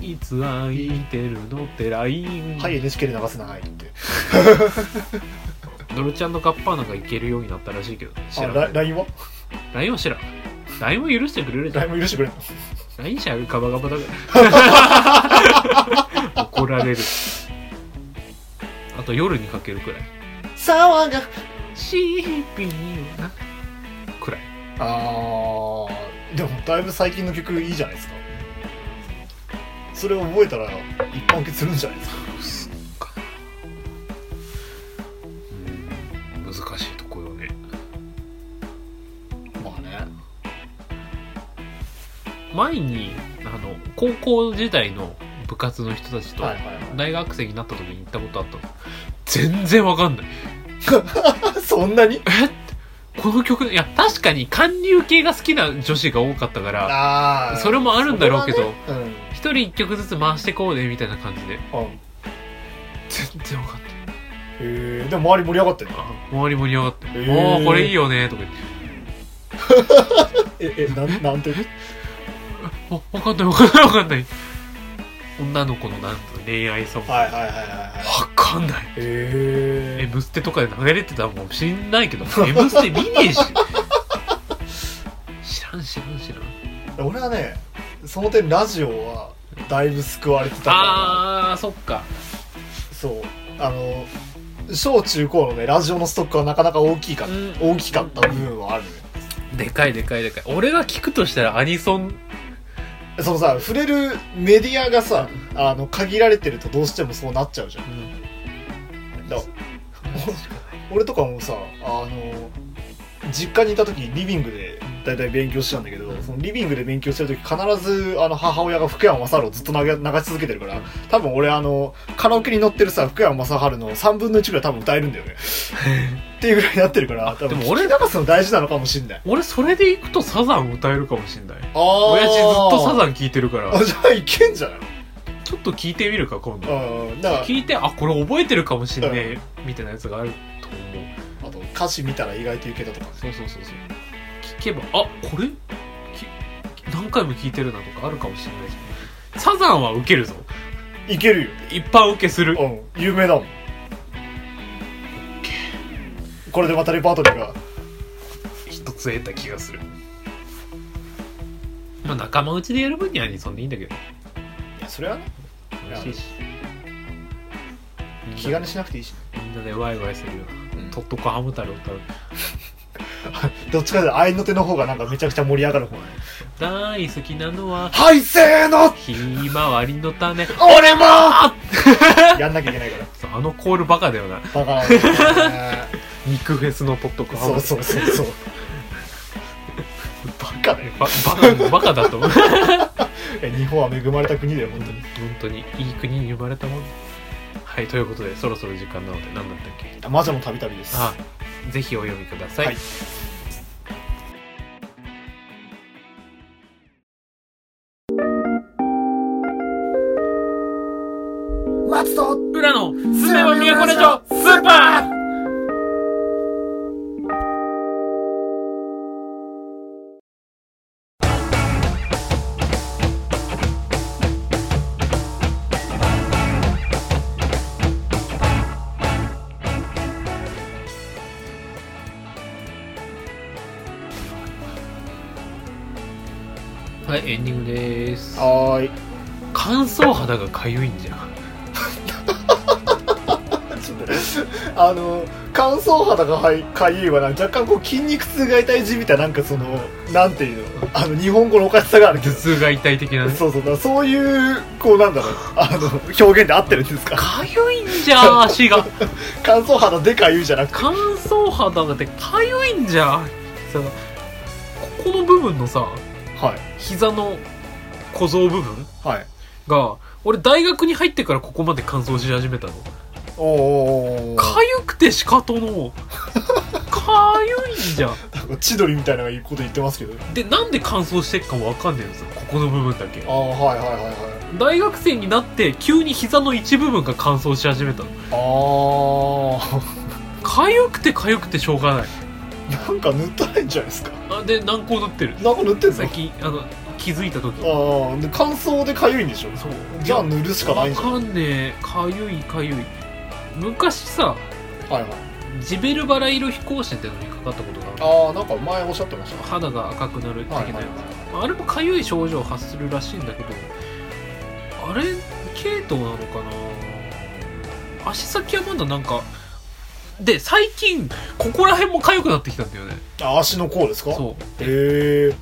[SPEAKER 2] いつ会いてるのって LINE
[SPEAKER 1] はい NHK で流すなはいって
[SPEAKER 2] ドルちゃんのカッパーなんかいけるようになったらしいけど知
[SPEAKER 1] あ
[SPEAKER 2] ら
[SPEAKER 1] ラ
[SPEAKER 2] ない
[SPEAKER 1] LINE は
[SPEAKER 2] LINE は知らん LINE は許してくれるじゃん
[SPEAKER 1] LINE も許してくれる
[SPEAKER 2] 何しゃべカバガバだ <laughs> から。怒られる。あと夜にかけるくらい。
[SPEAKER 1] 騒が
[SPEAKER 2] シーピーな。くらい。
[SPEAKER 1] あーでもだいぶ最近の曲いいじゃないですかそれを覚えたら一般受けするんじゃないですか
[SPEAKER 2] 難しいとこよね。
[SPEAKER 1] まあね
[SPEAKER 2] 前に、あの、高校時代の部活の人たちと
[SPEAKER 1] はいは
[SPEAKER 2] 大学生になった時に行ったことあったの全然わかんない
[SPEAKER 1] いそんなに
[SPEAKER 2] この曲いや確かに韓流系が好きな女子が多かったから
[SPEAKER 1] ああ
[SPEAKER 2] それもあるんだろうけど
[SPEAKER 1] それはね
[SPEAKER 2] 一人一曲ずつ回してこうねみたいな感じで
[SPEAKER 1] うんうん
[SPEAKER 2] 全然わかん
[SPEAKER 1] へ
[SPEAKER 2] ない
[SPEAKER 1] えでも周り盛り上がってる
[SPEAKER 2] あ周り盛り上がって「
[SPEAKER 1] へー
[SPEAKER 2] もうこれいいよね」とか言って
[SPEAKER 1] ええなんなんて
[SPEAKER 2] 「わわかんないわかんないわかんない」女の子のなんと恋愛ソングわ
[SPEAKER 1] はいはいはいはいはい
[SPEAKER 2] かんない「
[SPEAKER 1] へえ
[SPEAKER 2] M ステ」とかで流れてたらもう知んないけど「M ステ」見ねえし知らん知らん知らん
[SPEAKER 1] 俺はねその点ラジオはだいぶ救われてたから
[SPEAKER 2] あーそっか
[SPEAKER 1] そうあの小中高のねラジオのストックはなかなか大きいか、
[SPEAKER 2] うん
[SPEAKER 1] 大きかった部分はあるね
[SPEAKER 2] でかいでかいでかい俺が聞くとしたらアニソン
[SPEAKER 1] そのさ触れるメディアがさあの限られてるとどうしてもそうなっちゃうじゃんだ俺とかもさあの実家にいた時リビングで大体勉強してたんだけどそのリビングで勉強してる時必ずあの母親が福山雅治をずっと流流し続けてるから多分俺あのカラオケに乗ってるさ福山雅治の3分の1ぐらい多分歌えるんだよねっていうぐらいになってるから多分
[SPEAKER 2] でも俺
[SPEAKER 1] 聞き流すの大事なのかもしんない
[SPEAKER 2] 俺それでいくとサザン歌えるかもしんない
[SPEAKER 1] ああ
[SPEAKER 2] 親父ずっとサ
[SPEAKER 1] ン
[SPEAKER 2] ザン聴いてるから
[SPEAKER 1] あじゃあいけんじゃない
[SPEAKER 2] ちょっと聞いてみるか今度
[SPEAKER 1] うんだから
[SPEAKER 2] 聞いてあこれ覚えてるかもしんねえみたいなやつがあると思う
[SPEAKER 1] あと歌詞見たら意外といけたとか
[SPEAKER 2] そうそうそうそう聞けばあこれき何回も聞いてるなとかあるかもしんないしサザンはウケるぞ
[SPEAKER 1] いけるよ
[SPEAKER 2] 一般受けする
[SPEAKER 1] うん有名だもんこれでまたレパートリーが
[SPEAKER 2] 一つ得た気がするまあ仲間内でやる分にはそんでいいんだけど
[SPEAKER 1] いやそれはね
[SPEAKER 2] 楽しいし
[SPEAKER 1] 気兼ねしなくていいし
[SPEAKER 2] みんなでワイワイするよ
[SPEAKER 1] うん
[SPEAKER 2] とっとこハム太郎歌う
[SPEAKER 1] どっちかというと愛の手の方がなんかめちゃくちゃ盛り上がる方ね
[SPEAKER 2] 大好きなのは
[SPEAKER 1] はいせーの
[SPEAKER 2] ひまわりの種
[SPEAKER 1] 俺もやんなきゃいけないから
[SPEAKER 2] そうあのコールバカだよな
[SPEAKER 1] バカなんだよね
[SPEAKER 2] 肉フェスのとっとこハム
[SPEAKER 1] そうそうそうそうバカだよ
[SPEAKER 2] ババカバカだと思う本
[SPEAKER 1] いや日本は恵まれた国だよ本当に
[SPEAKER 2] 当にいい国に生まれたもんはいということでそろそろ時間なので何だったっけ
[SPEAKER 1] 魔女の旅々です
[SPEAKER 2] あぜひお読みくださ
[SPEAKER 1] はい
[SPEAKER 2] い
[SPEAKER 1] 松戸
[SPEAKER 2] 裏のすすめは都根城スーパーはい、エンディングです。
[SPEAKER 1] はーい
[SPEAKER 2] 乾燥肌がかゆいんじゃん。
[SPEAKER 1] ちょっと <laughs> あの乾燥肌がはいかゆいはな若干こう筋肉痛が痛い字みたいななんかそのなんていうのあの日本語のおかしさがあるけど
[SPEAKER 2] 頭痛が痛い的なね。
[SPEAKER 1] そうそうだからそういうこうなんだろうあの表現で合ってるんです
[SPEAKER 2] <laughs>
[SPEAKER 1] か
[SPEAKER 2] かゆいんじゃん足が
[SPEAKER 1] 乾燥肌でかゆいじゃなくて
[SPEAKER 2] 乾燥肌がってかゆいんじゃんさここの部分のさ
[SPEAKER 1] はい
[SPEAKER 2] 膝の小僧部分
[SPEAKER 1] はい
[SPEAKER 2] が俺大学に入ってからここまで乾燥し始めたの
[SPEAKER 1] おーおーおー
[SPEAKER 2] かゆくてしかとのかゆいんじゃん
[SPEAKER 1] なんか千鳥みたいなこと言ってますけど
[SPEAKER 2] でなんで乾燥してっかもわかんねえんですよここの部分だけ
[SPEAKER 1] ああはいはいはいはい
[SPEAKER 2] 大学生になって急に膝の一部分が乾燥し始めたの
[SPEAKER 1] あ
[SPEAKER 2] かゆくてかゆくてしょうがない
[SPEAKER 1] あなんか塗ったらいいんじゃないですか
[SPEAKER 2] あで軟膏なってる
[SPEAKER 1] なんか塗ってんすか
[SPEAKER 2] 最近あの気づいた時
[SPEAKER 1] ああで乾燥でかゆいんでしょ
[SPEAKER 2] そう
[SPEAKER 1] じゃあ塗るしかないんじ
[SPEAKER 2] わ
[SPEAKER 1] ゃん
[SPEAKER 2] かんねえかゆいかゆい昔さ
[SPEAKER 1] はいはい
[SPEAKER 2] ジベルバラ色飛行士ってのにかかったことがある
[SPEAKER 1] ああなんか前おっしゃってましたね
[SPEAKER 2] 肌が赤くなる的な
[SPEAKER 1] はい
[SPEAKER 2] やつ、
[SPEAKER 1] はい
[SPEAKER 2] あれもかゆい症状を発するらしいんだけどあれ系統なのかな足先はまだなんかで最近ここら辺も痒くなってきたんだよね
[SPEAKER 1] あ足の甲ですか
[SPEAKER 2] そう
[SPEAKER 1] へえ
[SPEAKER 2] う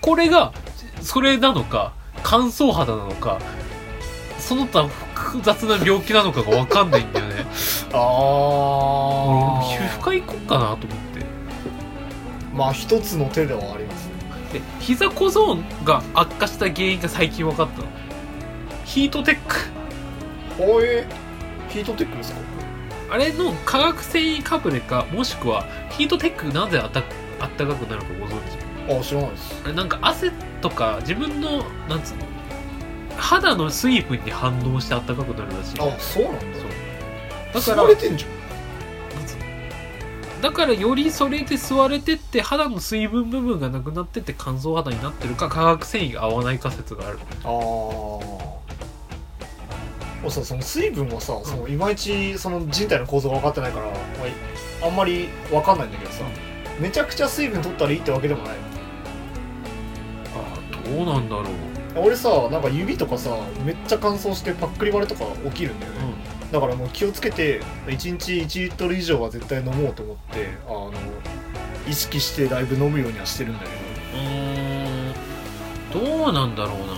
[SPEAKER 2] これがそれなのか乾燥肌なのかその他複雑な病気なのかがわかんないんだよね
[SPEAKER 1] <laughs> あ
[SPEAKER 2] 俺皮膚科行こうかなと思っ
[SPEAKER 1] まあ一つの手ではありますね
[SPEAKER 2] てで膝小僧が悪化した原因が最近分かったのヒートテック
[SPEAKER 1] ほえヒートテックですか
[SPEAKER 2] あれの化学繊維かぶれかもしくはヒートテックなぜあたあったかくなるかご存知
[SPEAKER 1] あ知らないです
[SPEAKER 2] あれなんか汗とか自分のなんつうの肌の水分に反応してあったかくなるらしい
[SPEAKER 1] あそうなんだ
[SPEAKER 2] そう
[SPEAKER 1] だ
[SPEAKER 2] だか
[SPEAKER 1] からられてんじゃん
[SPEAKER 2] だからよりそれで吸われてって肌の水分部分がなくなってって乾燥肌になってるか化学繊維が合わない仮説がある
[SPEAKER 1] ああもうさその水分はさそのいまいちその人体の構造が分かってないから、まあ、あんまり分かんないんだけどさめちゃくちゃ水分取ったらいいってわけでもない
[SPEAKER 2] ああどうなんだろう、
[SPEAKER 1] 俺さなんか指とかさめっちゃ乾燥してパックリ割れとか起きるんだよね、だからもう気をつけて1日1リットル以上は絶対飲もうと思ってあの意識してだいぶ飲むようにはしてるんだけど
[SPEAKER 2] うーんどうなんだろうな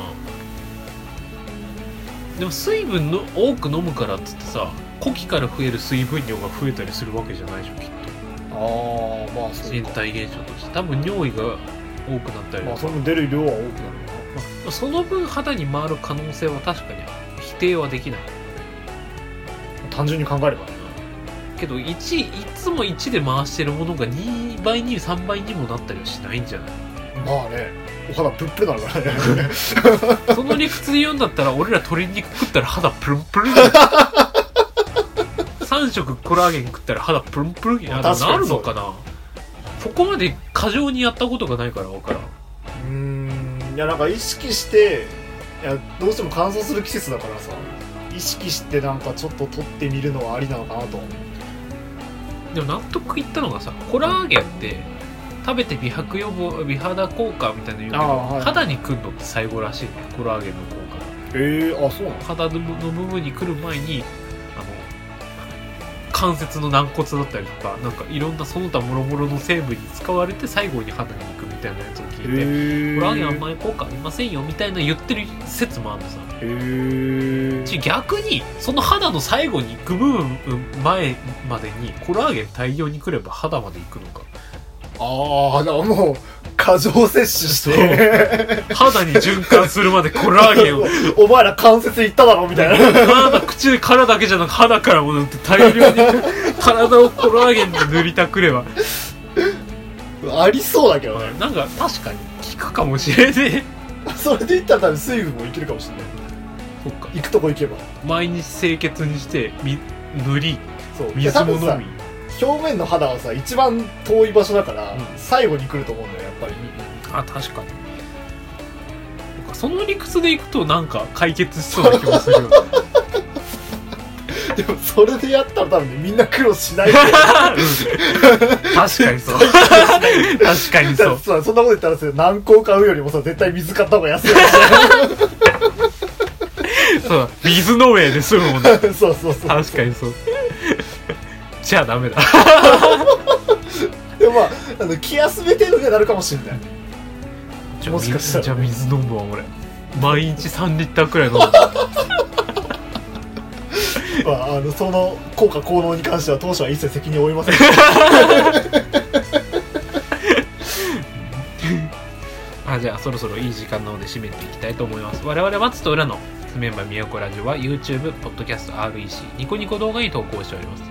[SPEAKER 2] でも水分の多く飲むからっつってさ呼気から増える水分量が増えたりするわけじゃないでしょきっ
[SPEAKER 1] ああまあ
[SPEAKER 2] と
[SPEAKER 1] そう
[SPEAKER 2] 人
[SPEAKER 1] か
[SPEAKER 2] 体現象として多分尿意が多くなったり
[SPEAKER 1] まあ
[SPEAKER 2] と
[SPEAKER 1] そ
[SPEAKER 2] か、
[SPEAKER 1] れも出る量は多くなるのか
[SPEAKER 2] まあその分肌に回る可能性は確かに否定はできない
[SPEAKER 1] な単純に考えればね
[SPEAKER 2] けど1いつも1で回してるものが2倍に3倍にもなったりはしない
[SPEAKER 1] <laughs>
[SPEAKER 2] んじゃない
[SPEAKER 1] まあねお肌プルプルなるからね <laughs>
[SPEAKER 2] その理屈で言うんだったら俺ら鶏肉食ったら肌プルンプルン3食コラーゲン食ったら肌プルンプルンになる
[SPEAKER 1] 確か
[SPEAKER 2] なる
[SPEAKER 1] にそ
[SPEAKER 2] の
[SPEAKER 1] う
[SPEAKER 2] かなそこまで過剰にやったことがないから分からん
[SPEAKER 1] うーんいやなんか意識していやどうしても乾燥する季節だからさ意識してなんかちょっと取ってみるのはありなのかなと
[SPEAKER 2] でも納得いったのがさコラーゲンって食べて美白予防美肌効果みたいなの言うけど、
[SPEAKER 1] ああはい
[SPEAKER 2] 肌にくんのって最後らしいねコラーゲンの効果が
[SPEAKER 1] ええあそうなの
[SPEAKER 2] 肌の部分に来る前にあの関節の軟骨だったりとかなんかいろんなその他もろもろの成分に使われて最後に肌に行くみたいなやつを聞い
[SPEAKER 1] え
[SPEAKER 2] て、コラーゲンあんまり効果ありませんよみたいな言ってる説もあるのさ
[SPEAKER 1] へえ
[SPEAKER 2] ち逆にその肌の最後に行く部分前までにコラーゲン大量に来れば肌まで行くのか
[SPEAKER 1] ああだからもう過剰摂取して
[SPEAKER 2] 肌に循環するまでコラーゲンを
[SPEAKER 1] <laughs> お前ら関節いっただろみたいな <laughs>
[SPEAKER 2] 体口で殻だけじゃなく肌からも塗って大量に体をコラーゲンで塗りたくれば
[SPEAKER 1] ありそうだけどね
[SPEAKER 2] なんか確かに効くかもしれ
[SPEAKER 1] <laughs>
[SPEAKER 2] ね
[SPEAKER 1] それでいったら多分水分もいけるかもしれない
[SPEAKER 2] えそっか
[SPEAKER 1] 行くとこ行けば
[SPEAKER 2] 毎日清潔にしてみ塗り
[SPEAKER 1] そう
[SPEAKER 2] 水も飲
[SPEAKER 1] 多分さ
[SPEAKER 2] み
[SPEAKER 1] 表面の肌はさ一番遠い場所だから、
[SPEAKER 2] うん
[SPEAKER 1] 最後に来ると思うんだよやっぱり <laughs>
[SPEAKER 2] あ確かにそっかその理屈でいくとなんか解決しそうな気もす
[SPEAKER 1] <laughs>
[SPEAKER 2] るよね
[SPEAKER 1] でもそれでやったら多分ねみんな苦労しない
[SPEAKER 2] うん確かに
[SPEAKER 1] <laughs>
[SPEAKER 2] そう確かに
[SPEAKER 1] だ
[SPEAKER 2] <laughs> そ
[SPEAKER 1] からさ
[SPEAKER 2] う
[SPEAKER 1] <laughs> そんなこと言ったらさ軟膏買うよりもさ絶対水買った方が安い <laughs>
[SPEAKER 2] そう水の上でするもんね
[SPEAKER 1] そうそうそ
[SPEAKER 2] <laughs>
[SPEAKER 1] う
[SPEAKER 2] 確かにそうじゃあダメだ
[SPEAKER 1] でもまああの気休め程度にはなるかもしれない
[SPEAKER 2] じゃあ
[SPEAKER 1] もしかした
[SPEAKER 2] 水
[SPEAKER 1] ら
[SPEAKER 2] じゃあ水飲むわ俺毎日3リッターくらい飲む
[SPEAKER 1] まあ、あのその効果効能に関しては当初は一切責任を負いません
[SPEAKER 2] あじゃあそろそろいい時間なので締めていきたいと思います我々松と裏のメンバーみやこラジオは YouTube、ポッドキャスト、REC、ニコニコ動画に投稿しております、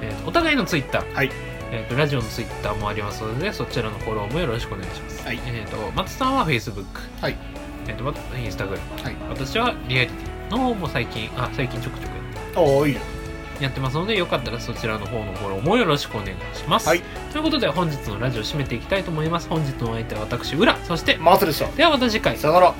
[SPEAKER 2] えーとお互いの Twitter、
[SPEAKER 1] はい
[SPEAKER 2] えーとラジオの Twitter もありますのでそちらのフォローもよろしくお願いします、
[SPEAKER 1] はい
[SPEAKER 2] えー、と松さんは Facebook、
[SPEAKER 1] はい
[SPEAKER 2] えー、とまインスタグラム、
[SPEAKER 1] はい
[SPEAKER 2] 私はリアリティの方も最近あ最近ちょくちょく
[SPEAKER 1] ああいいよ
[SPEAKER 2] やってますのでよかったらそちらの方のフォローもよろしくお願いします、
[SPEAKER 1] はい
[SPEAKER 2] ということで本日のラジオを締めていきたいと思います本日のお相手は私裏そして
[SPEAKER 1] 待つでしょ
[SPEAKER 2] ではまた次回
[SPEAKER 1] さよなら